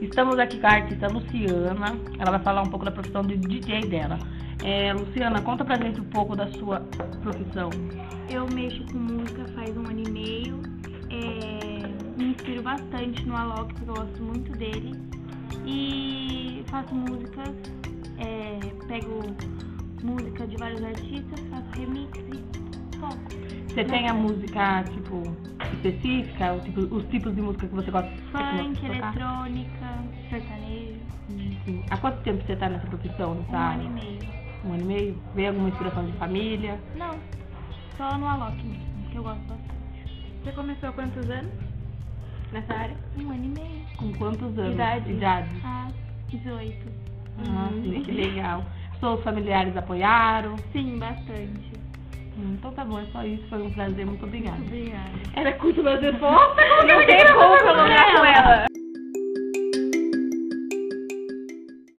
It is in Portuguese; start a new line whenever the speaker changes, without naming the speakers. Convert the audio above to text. Estamos aqui com a artista Luciana. Ela vai falar um pouco da profissão de DJ dela. É, Luciana, conta pra gente um pouco da sua profissão.
Eu mexo com música faz um ano e meio. É, me inspiro bastante no Alok, porque eu gosto muito dele. E faço músicas, é, pego música de vários artistas, faço remix e toco.
Você tem a música, tipo, específica? O tipo- os tipos de música que você gosta de
Funk,
tocar?
eletrônica, sertanejo,
Sim. Há quanto tempo você tá nessa profissão,
um
nessa
ano e
área?
meio.
Um ano e meio? Veio alguma inspiração de família?
Não, só no Alok mesmo, que eu gosto bastante.
Você começou há quantos anos nessa área?
Um ano e meio.
Com quantos anos?
Idade.
Idade.
Ah, 18.
Ah,
Uhum.
sim, que legal. Seus familiares apoiaram?
Sim, bastante. Uhum.
Hum, Então tá bom, é só isso. Foi um prazer, muito obrigada.
Obrigada.
Era culto, meu Deus, volta!
Não tem como, pelo